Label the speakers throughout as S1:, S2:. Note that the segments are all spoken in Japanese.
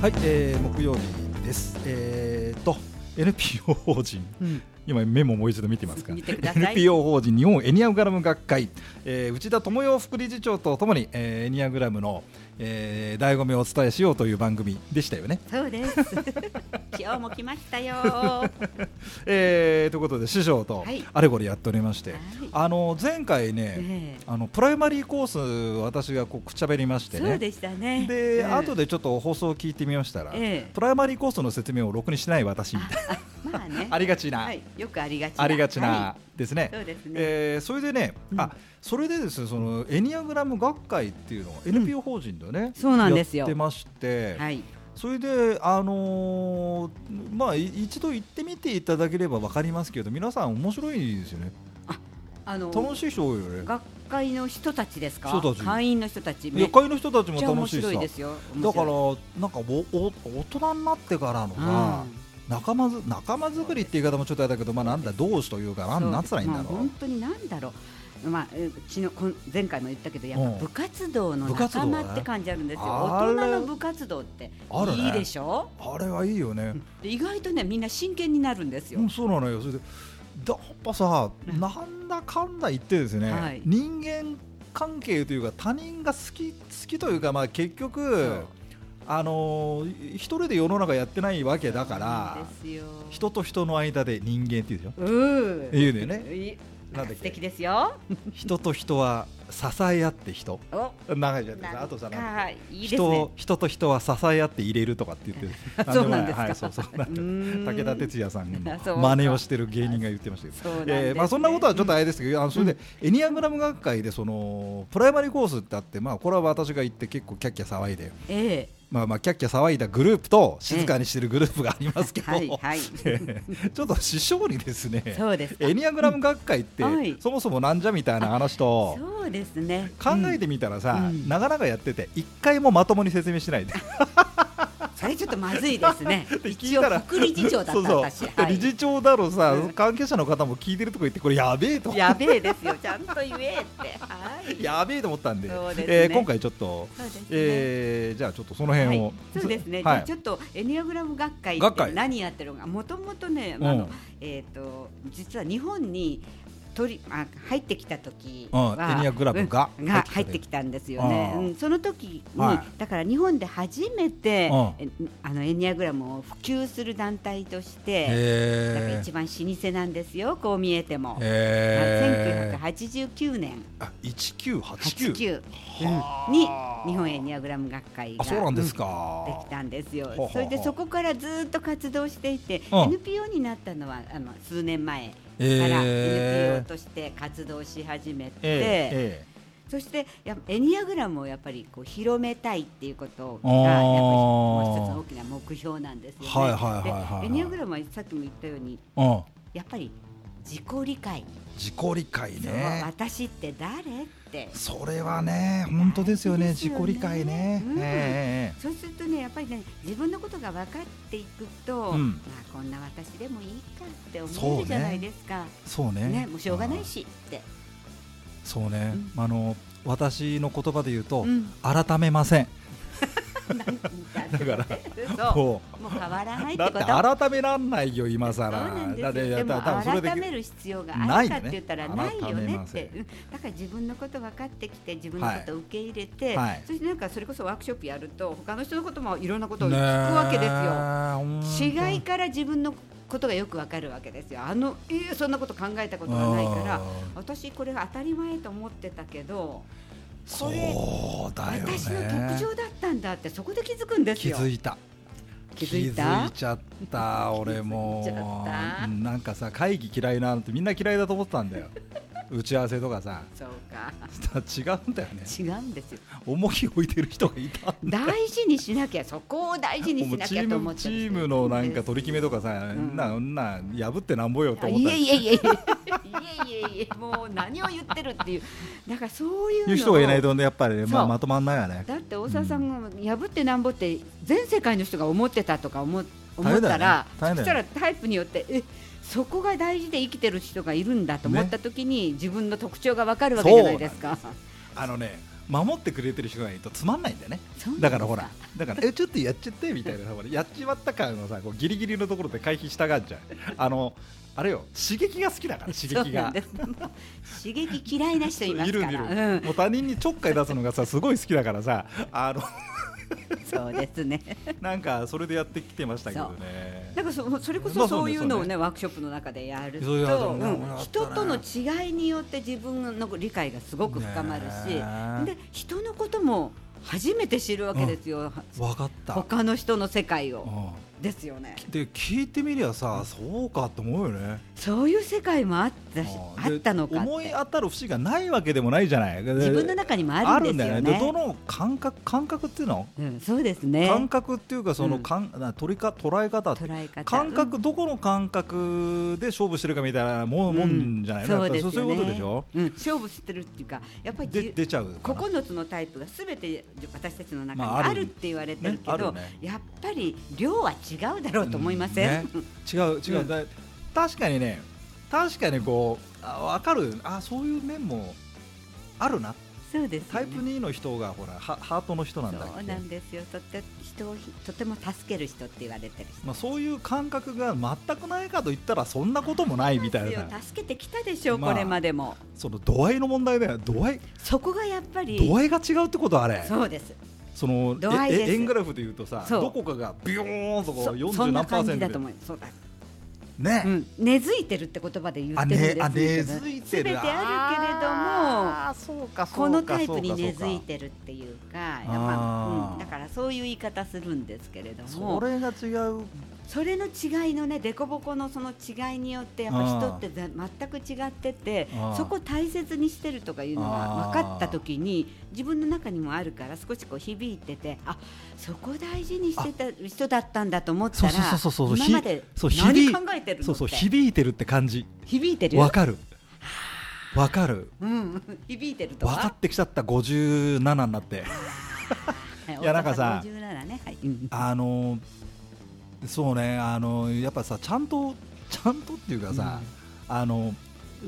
S1: はい、えー、木曜日です。えーと、NPO 法人、うん、今メモもう一度見てますか NPO 法人日本エニアグラム学会、えー、内田智代副理事長とともに、えー、エニアグラムの、えー、醍醐味をお伝えしようという番組でしたよね。
S2: そうです 今日も来ましたよ、
S1: えー、ということで師匠とあれこれやっておりまして、はい、あの前回ね、えー、あのプライマリーコース私がこうくちゃべりましてね
S2: そうでしたね
S1: で、えー、後でちょっと放送を聞いてみましたら、えー、プライマリーコースの説明をろくにしない私みたいな。
S2: まあね、
S1: ありがちな、
S2: はい、よくありがち
S1: な、ありがちなですね。
S2: はい、そうですね。
S1: えー、それでね、うん、あ、それでですね、そのエニアグラム学会っていうのが NPO 法人でね、うん、
S2: そうなんですよ。
S1: やってまして、
S2: はい。
S1: それで、あのー、まあ一度行ってみていただければわかりますけど、皆さん面白いですよね。
S2: あ、あの
S1: ー、楽しい人多いよね。
S2: 学会の人たちですか。会員の人たち。
S1: 会員の人たちも楽しい
S2: さ。いですよ。
S1: だからなんかおお大人になってからのが。うん仲間ず仲間作りって言い方もちょっとあれだけど、まあ、なんだ同志というかなんなんつらいんだろう、まあ、
S2: 本当になんだろう、まあ、うちの前回も言ったけどやっぱ部活動の仲間って感じあるんですよ、ね、大人の部活動っていいでしょ
S1: あれ,、ね、あれはいいよね、
S2: うん、意外とねみんな真剣になるんですよ、
S1: うん、そうなのよそれでやっぱさなんだかんだ言ってですね、はい、人間関係というか他人が好き好きというか、まあ、結局あのー、一人で世の中やってないわけだから人と人の間で人間っていうでし ょ
S2: う
S1: 言うのよね。
S2: なんだ素敵ですよ
S1: 人と人は支え合って人長いじゃないですかあとさ
S2: なんいい、ね、
S1: 人人と人は支え合って入れるとかって言って
S2: そうなんですか、はい、
S1: そうそうなんか武田鉄矢さん の真似をしてる芸人が言ってましたけどそ,、えー、まあ、そんなことはちょっとあれですけど、うん、あのそれでエニアグラム学会でそのプライマリーコースってあって、まあ、これは私が行って結構キャッキャ騒いで。
S2: ええ
S1: まあまあキャッキャ騒いだグループと静かにしてるグループがありますけど、え え、
S2: はい、はい、
S1: ちょっと師匠にですね
S2: そうです
S1: エニアグラム学会って、はい、そもそもなんじゃみたいな話と
S2: そうですね
S1: 考えてみたらさ、うん、なかなかやってて一回もまともに説明しないで。
S2: それちょっとまずいで すね。一応副理事長だった私。
S1: 理事長だろうさ、関係者の方も聞いてるとこ言ってこれやべえと。。
S2: やべえですよ。ちゃんと言えって。はい
S1: やべえと思ったんで。そえ今回ちょっと、えじゃあちょっとその辺を。
S2: そうですね。ちょっとエニアグラム学会って何やってるのか。もともとね、あのえっと実は日本に。取りあ入ってきた時は、
S1: エニアグラムが,、
S2: が入ってきたんですよね、うん、その時に、だから日本で初めて、あのエニアグラムを普及する団体としてだから一番老舗なんですよこう見えても1989年
S1: あ1989、
S2: うん、に日本エニアグラム学会が
S1: そうなんです
S2: か、できたんですよそれでそこからずっと活動していて、NPO になったのはあの数年前から NPO として活動し始めて、えー、そしてやエニアグラムをやっぱりこう広めたいっていうことがやっぱりもう一つの大きな目標なんですよね。
S1: はいはいはいはい、
S2: エニアグラムはさっきも言ったように、やっぱり自己理解
S1: 自己理解ね
S2: 私って誰って
S1: それはね本当ですよね、ね、自己理解ね、
S2: うんえー、そうするとねやっぱりね自分のことが分かっていくと、うん、まあこんな私でもいいかって思えるじゃないですか
S1: そうね、ねね、
S2: もうしょうがないしって、
S1: そうね、うん、あの私の言葉で言うと、改めません だから
S2: もう変わらないだ
S1: って改めらんないよ今さら。
S2: だってでも改める必要があるかって言ったらないよねって。だから自分のこと分かってきて自分のことを受け入れて、そしてなんかそれこそワークショップやると他の人のこともいろんなことを聞くわけですよ。違いから自分のことがよくわかるわけですよ。あの、えー、そんなこと考えたことがないから、私これが当たり前と思ってたけど。
S1: そうだよ、ね、
S2: 私の特徴だったんだってそこで気づくんです
S1: よ気づいた
S2: 気づ
S1: いちゃった俺もなんかさ会議嫌いなんてみんな嫌いだと思った んだよ打ち合わせとかさ
S2: そうか
S1: 違うんだよね
S2: 違うんですよ
S1: 思い置いてる人がいた
S2: 大事にしなきゃそこを大事にしなきゃと思って
S1: チームのなんか取り決めとかさ、うん、なな破ってなんぼよと思った
S2: いえいえいえいえいえいえいえもう何を言ってるっていうだからそういう
S1: 人がいないとねやっぱり、ね、まあ、まとまんないよね
S2: だって大沢さんが破ってなんぼって全世界の人が思ってたとか思思ったら、ねね、そしたらタイプによってえそこが大事で生きてる人がいるんだと思ったときに、自分の特徴がわかるわけじゃないですか。
S1: あのね守ってくれてる人がいるとつまんないんだよねだからほらだからえちょっとやっちゃってみたいなさやっちまった感のさこうギリギリのところで回避したがんじゃんあのあれよ刺激が好きだから刺激が、
S2: 刺激嫌いな人いますから
S1: うん、もう他人にちょっかい出すのがさすごい好きだからさあ の
S2: そうですね。
S1: なんかそれでやってきてましたけどね。
S2: なんかそそれこそそういうのをね、ワークショップの中でやると、うん、人との違いによって自分の理解がすごく深まるし、で人のことも初めて知るわけですよ。
S1: 分かった。
S2: 他の人の世界を。ですよね。
S1: で聞いてみりゃさ、そうかと思うよね。
S2: そういう世界もあったし、あったのか
S1: 思い当たる節がないわけでもないじゃない。
S2: 自分の中にもあるんですよね。
S1: どの感覚感覚っていうの？
S2: そうですね。
S1: 感覚っていうかその感、な取りか捉え方捉え方感覚、どこの感覚で勝負してるかみたいなもん,、もんじゃないの？そうですいうことでしょ？
S2: う勝負してるっていうかやっぱり
S1: 出ちゃう。
S2: 九つのタイプがすべて私たちの中にあるって言われてるけど、やっぱり量は違うだろうと思いません、うんね、
S1: 違う違う、うん、確かにね確かにこうあ分かるあそういう面もあるな
S2: そうです、ね、
S1: タイプ2の人がほらハハートの人なんだ
S2: そうなんですよとって人をとても助ける人って言われてる
S1: まあ、そういう感覚が全くないかと言ったらそんなこともないみたい
S2: な助けてきたでしょう、まあ、これまでも
S1: その度合いの問題だよ度合い
S2: そこがやっぱり
S1: 度合いが違うってことあれ
S2: そうです
S1: その円グラフでいうとさどこかがビヨーンとこう40何パーセント
S2: ね、うん、根付いてるって言葉で言ってるんですけど、
S1: 根付いて
S2: る全てあ
S1: るけれども
S2: このタイプに根付いてるっていうかやっぱ、うん、だからそういう言い方するんですけれども
S1: それが違う
S2: それの違いのね凸凹のその違いによってやっぱ人って全く違っててそこを大切にしてるとかいうのが分かった時に自分の中にもあるから少しこう響いててあそこ大事にしてた人だったんだと思ったら今まで何考えてる
S1: そうそう響いてるって感じ
S2: 響いてる
S1: わかるわかる、
S2: うん、響いてる
S1: 分かってきちゃった57になっていやなんかさ、
S2: ねはい、
S1: あのそうねあのやっぱさちゃんとちゃんとっていうかさ、うん、あの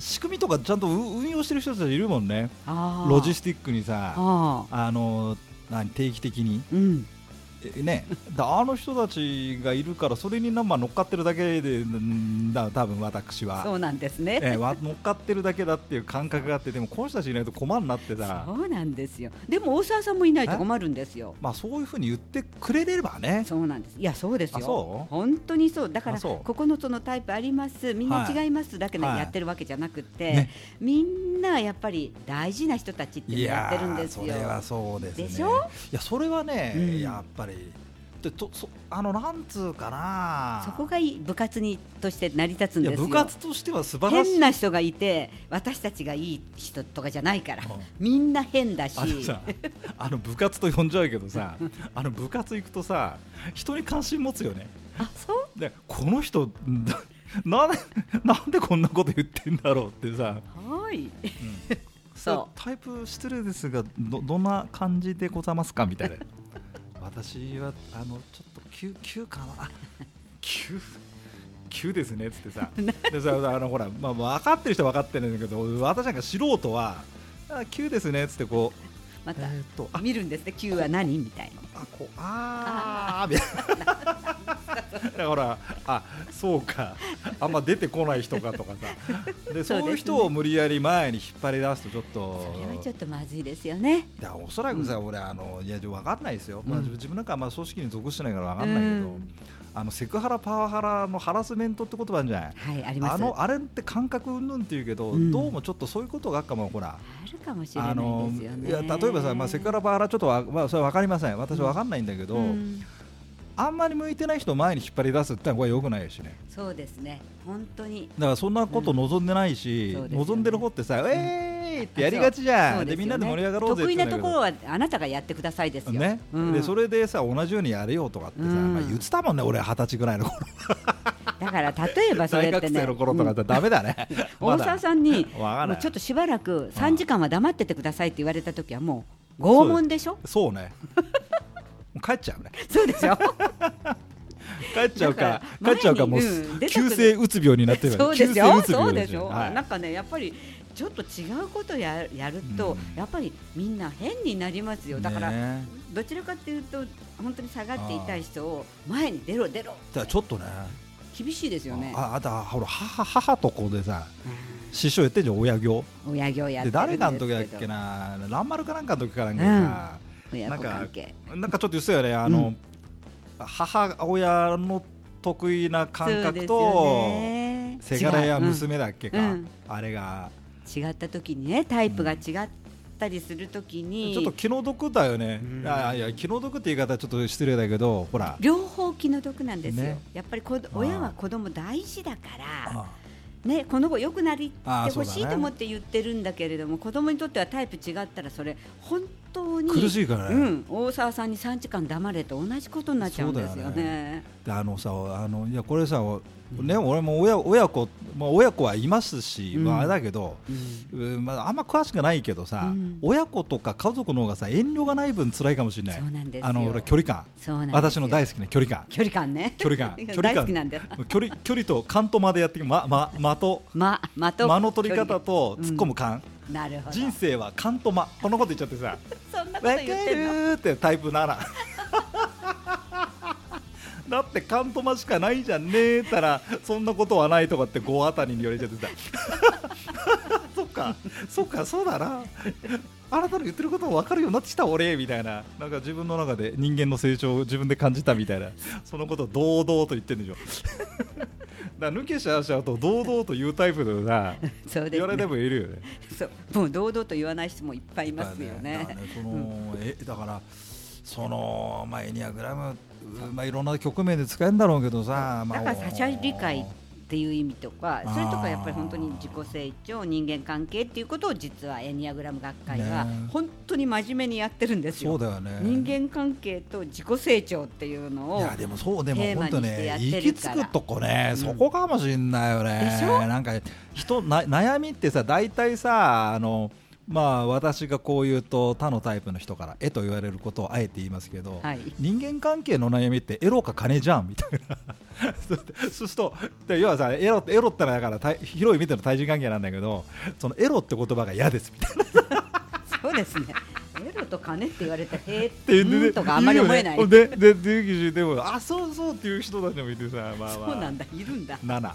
S1: 仕組みとかちゃんと運用してる人たちいるもんねロジスティックにさあの何定期的に、うんね、あの人たちがいるからそれにまあ乗っかってるだけでだ多分私は
S2: そうなんですね、
S1: えー、乗っかってるだけだっていう感覚があってでもこの人たちいないと困るなってさ
S2: そうなんですよでも大沢さんもいないと困るんですよ、
S1: まあ、そういうふうに言ってくれればね
S2: そうなんですいやそうですよ本当にそうだから9つのタイプありますみんな違いますだけでやってるわけじゃなくて、はいね、みんなやっぱり大事な人たちってやってるんですよ
S1: それはそうです、ね、
S2: でしょ
S1: いやそれはね、うん、やっぱりでとそあのなんつうかな
S2: そこがいい部活にとして成り立つんです
S1: 部活としては素晴ら
S2: しい変な人がいて私たちがいい人とかじゃないから、うん、みんな変だし
S1: あの部活と呼んじゃうけどさあの部活行くとさ人に関心持つよね
S2: あそう
S1: でこの人なん でなんでこんなこと言ってんだろうってさ
S2: はい、うん
S1: そうタイプ失礼ですがどどんな感じでございますかみたいな 私はあのちょっと急急かな急急ですねっつって さでさあのほら、まあ、分かってる人は分かってるんだけど私なんか素人は急ですねっつってこう
S2: また、えと見るんですね急は何みたいな
S1: あこうああみた いなほらあそうかあんま出てこない人かとかさでそういう人を無理やり前に引っ張り出すとちょっと
S2: それはちょっとまずいですよね
S1: だおそらくさ、俺あのいや分かんないですよ、まあ、自分なんかあんま組織に属してないから分かんないけど、あのセクハラ、パワハラのハラスメントって言葉あるじゃない、
S2: はい、あります
S1: あのあれって感覚うんぬんっていうけど、どうもちょっとそういうことがあるかも、ほら、
S2: あるかもしれないですよね。
S1: いや例えばさ、まあ、セクハラ、パワハラ、ちょっとわ、まあ、それは分かりません、私は分かんないんだけど、うん、あんまり向いてない人を前に引っ張り出すってのはよくないしね。
S2: そうですね本当に
S1: だからそんなこと望んでないし、うんね、望んでる方ってさ、うえーってやりがちじゃん、でみんなで盛り上がろうぜ
S2: 得意なところはあなたがやってくださいですよ、
S1: ねでそれでさ同じようにやれよとかってさ、まあ、言ってたもんね俺二十歳ぐらいの頃
S2: だから例えばそれってね
S1: の頃とかだダメだね
S2: 大沢さんにもうちょっとしばらく3時間は黙っててくださいって言われた時はもう拷問でしょ
S1: そうね帰っちゃうね
S2: そうでしょ
S1: 帰っちゃうか、帰っちゃうか、もう急性うつ病になってる
S2: そうでしょ、そうでしょ、なんかね、やっぱりちょっと違うことややると、やっぱりみんな変になりますよだから、どちらかというと本当に下がっていたい人を前に出ろ出ろ
S1: だちょっとね
S2: 厳しいですよね
S1: ああだほら母母と子でさ、師匠やってんじゃん親行
S2: 親行や
S1: で誰かの時だっけな蘭丸かなんかの時かなんかさ、
S2: なんか
S1: なんかちょっと言ってたよねあの、母親の得意な感覚と、せがれや娘だっけか、うんうん、あれが
S2: 違った時にねタイプが違ったりする時に、
S1: うん、ちょっと気の毒だよね、いやいや気の毒って言い方ちょっと失礼だけどほら
S2: 両方気の毒なんですよ、ね、やっぱりこ親は子供大事だから。ね、この子良くなりってほしいと思って言ってるんだけれども、ね、子供にとってはタイプ違ったらそれ本当に、
S1: 苦しいから、ね、うん
S2: 大沢さんに3時間黙れと同じことになっちゃうんですよね。ね
S1: あのさあのいやこれさね、俺も親親子、まあ、親子はいますし、うん、まあ、あれだけど、うんまあ、あんま詳しくないけどさ、うん、親子とか家族の方がさ遠慮がない分辛いかもしれないあの俺距離感私の大好きな距離感
S2: 距離感ね
S1: 距離 感距離感距離距離と勘と間でやってまま間と
S2: 間、ま、
S1: 間の取り方と突っ込む勘、
S2: うん、なるほど
S1: 人生は勘と間こんなこと言っちゃってさ
S2: 「そんなこと言って
S1: る」ってタイプ7。だってカントマしかないじゃんねえたらそんなことはないとかって5あたりに言われちゃってた そっかそっかそうだなあなたの言ってることも分かるようになってきた俺みたいななんか自分の中で人間の成長を自分で感じたみたいなそのことを堂々と言ってるん でしょだ抜けしゃしゃと堂々と言うタイプのさ
S2: そう
S1: 言われてもいるよね
S2: そうもう堂々と言わない人もいっぱいいますよね
S1: だからその、えだからその、まあ、エニアグラム、まあ、いろんな局面で使えるんだろうけどさ、
S2: だから他者理解っていう意味とかそれとかやっぱり本当に自己成長人間関係っていうことを実はエニアグラム学会は本当に真面目にやってるんですよ,、
S1: そうだよね、
S2: 人間関係と自己成長っていうのを
S1: いやでもそうでも本当ね行き着くとこね、そこかもしれないよね、
S2: うん、
S1: なんか人な悩みってさ大体さあのまあ、私がこう言うと他のタイプの人からえと言われることをあえて言いますけど、
S2: はい、
S1: 人間関係の悩みってエロか金じゃんみたいなそうすると要はさエロエロってのはだから広い意味での対人関係なんだけどそのエロって言葉が嫌ですみたいな
S2: そうですねエロと金って言われたへえって言とかあんまり思えない、ね、
S1: ででででもあそうそうっていう人たちもいてさ、まあまあ、
S2: そうなんだいるんだ
S1: 7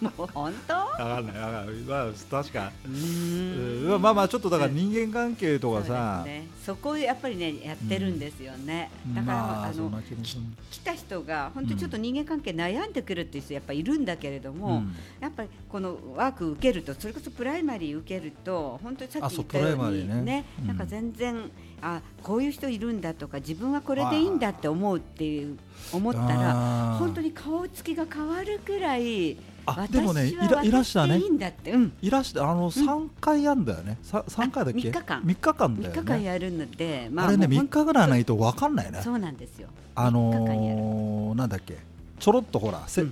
S2: もう本当わ
S1: かんないわかんない、まあ、確かうんまあまあちょっとだから人間関係とかさ、
S2: そ,ね、そこをやっぱりねやってるんですよね、うん、だから、まあ、あの来た人が本当ちょっと人間関係悩んでくるっていう人やっぱいるんだけれども、うん、やっぱりこのワーク受けるとそれこそプライマリー受けると本当にさっき言ったようにね、ね、なんか全然、うん、あこういう人いるんだとか自分はこれでいいんだって思うっていう思ったら本当に顔つきが変わるくらい
S1: あでもねいらいらしたね
S2: い
S1: らしたあの三回やんだよね三三回だっけ
S2: 三日間
S1: 三日間だよ
S2: 三日間やるので
S1: まああれね三日ぐらいないとわかんないね
S2: そうなんですよ
S1: あのなんだっけちょろっとほらせ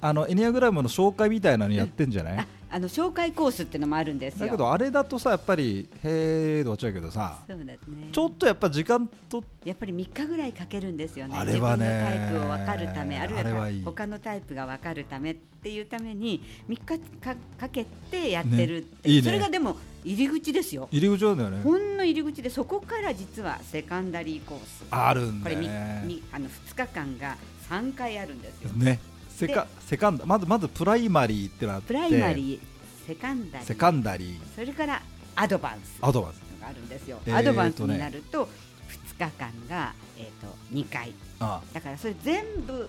S1: あのエニアグラムの紹介みたいなのやってんじゃない
S2: あの紹介コースっていうのもあるんです
S1: だけどあれだとさやっぱりへえどっちだけどさちょっとやっぱ時間と
S2: やっぱり3日ぐらいかけるんですよね
S1: あれはね
S2: 自分のタイプを分かるためあるいは他のタイプが分かるためっていうために3日かかけてやってるって、ねいいね、それがでも入り口ですよ
S1: 入り口なんだよね
S2: ほんの入り口でそこから実はセカンダリーコース
S1: あるん
S2: だ、ね、これあの2日間が3回あるんですよね
S1: セカセカンダまずまずプライマリーってなって
S2: プライマリーセカンダリー
S1: セカンダリー
S2: それからアドバンス
S1: アドバンス
S2: があるんですよ、アドバンスになると2日間が、えー、と2回だからそれ全部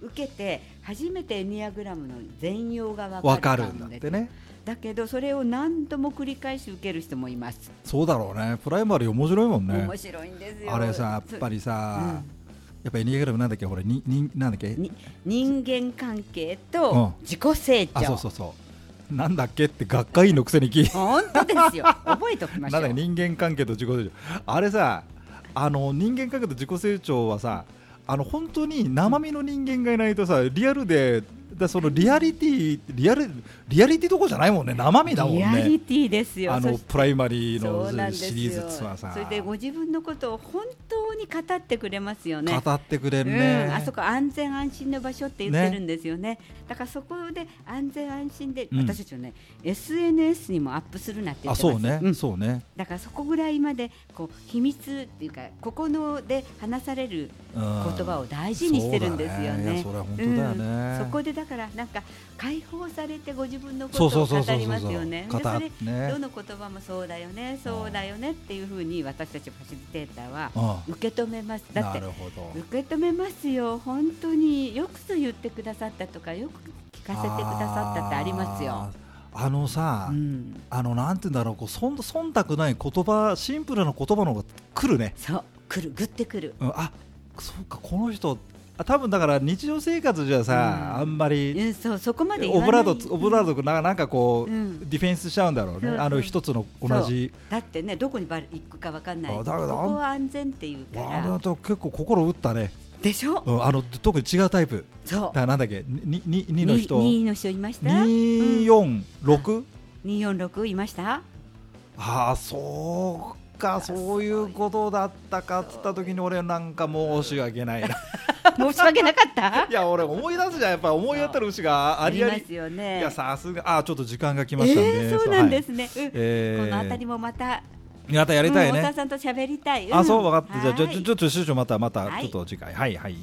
S2: 受けて初めてエニアグラムの全容が分
S1: かるんだってね
S2: だけどそれを何度も繰り返し受ける人もいます
S1: そうだろうねプライマリー面白いもんね
S2: 面白いんですよ
S1: あれさやっぱりさ、やっぱエニアグラムなんだっけ、ほら、に、に、なんだっけ。。
S2: 人間関係と自己成長、うん
S1: そうそうそう。なんだっけって学会員のくせに聞い
S2: 本当ですよ。覚えておきま しょう。
S1: 人間関係と自己成長。あれさ、あの人間関係と自己成長はさ、あの本当に生身の人間がいないとさ、リアルで。でそのリアリティリアルリアリティどこじゃないもんね生身だもんねリ
S2: アリティですよ
S1: あのプライマリーのシリーズツアーさ
S2: それでご自分のことを本当に語ってくれますよね
S1: 語ってくれるね、
S2: うん、あそこ安全安心の場所って言ってるんですよね、ね、だからそこで安全安心で、うん、私たちはね SNS にもアップするなって言っ
S1: あ
S2: て
S1: そうね、うん、そうね
S2: だからそこぐらいまでこう秘密っていうかここので話される言葉を大事にしてるんですよね、
S1: そ,ね
S2: そこでだからなんか解放されてご自分のことを語りますよね。でそれ、ね、どの言葉もそうだよね、そうだよねっていうふうに私たちファシリテーターは受け止めます。だって受け止めますよ。本当によく言ってくださったとかよく聞かせてくださったってありますよ。
S1: あのさ、うん、あのなんていうんだろう、こうそん忖度ない言葉、シンプルな言葉の方がくるね。
S2: そう、くる、ぐってくる。
S1: うん、あ、そうか、この人。多分だから日常生活じゃさ、うん、あんまり、
S2: うん、そうそこまで
S1: オブラートオブラートななんかこう、うん、ディフェンスしちゃうんだろうね、あの一つの同じ
S2: だってねどこにバ行くか分かんないここは安全っていうから
S1: あと結構心打ったね
S2: でしょ、
S1: うん、あの特に違うタイプ
S2: そう
S1: だなんだっけにに2の人
S2: 2の人いました
S1: 246、
S2: 246い ました
S1: ああそうかそういうことだったかっつった時に俺なんか申し訳 ないな
S2: 申し訳なかった
S1: いや俺思い出すじゃんやっぱ思い当たる牛がありあり
S2: ますよね
S1: いやさすがあちょっと時間が来ましたね、
S2: えー、そうなんですね、はい、えー、この辺りもまた
S1: またやりたいね、、
S2: うん、さんと喋りたい、うん
S1: あそう分かったじゃあちょちょっと師匠またまたちょっと次回はい、はい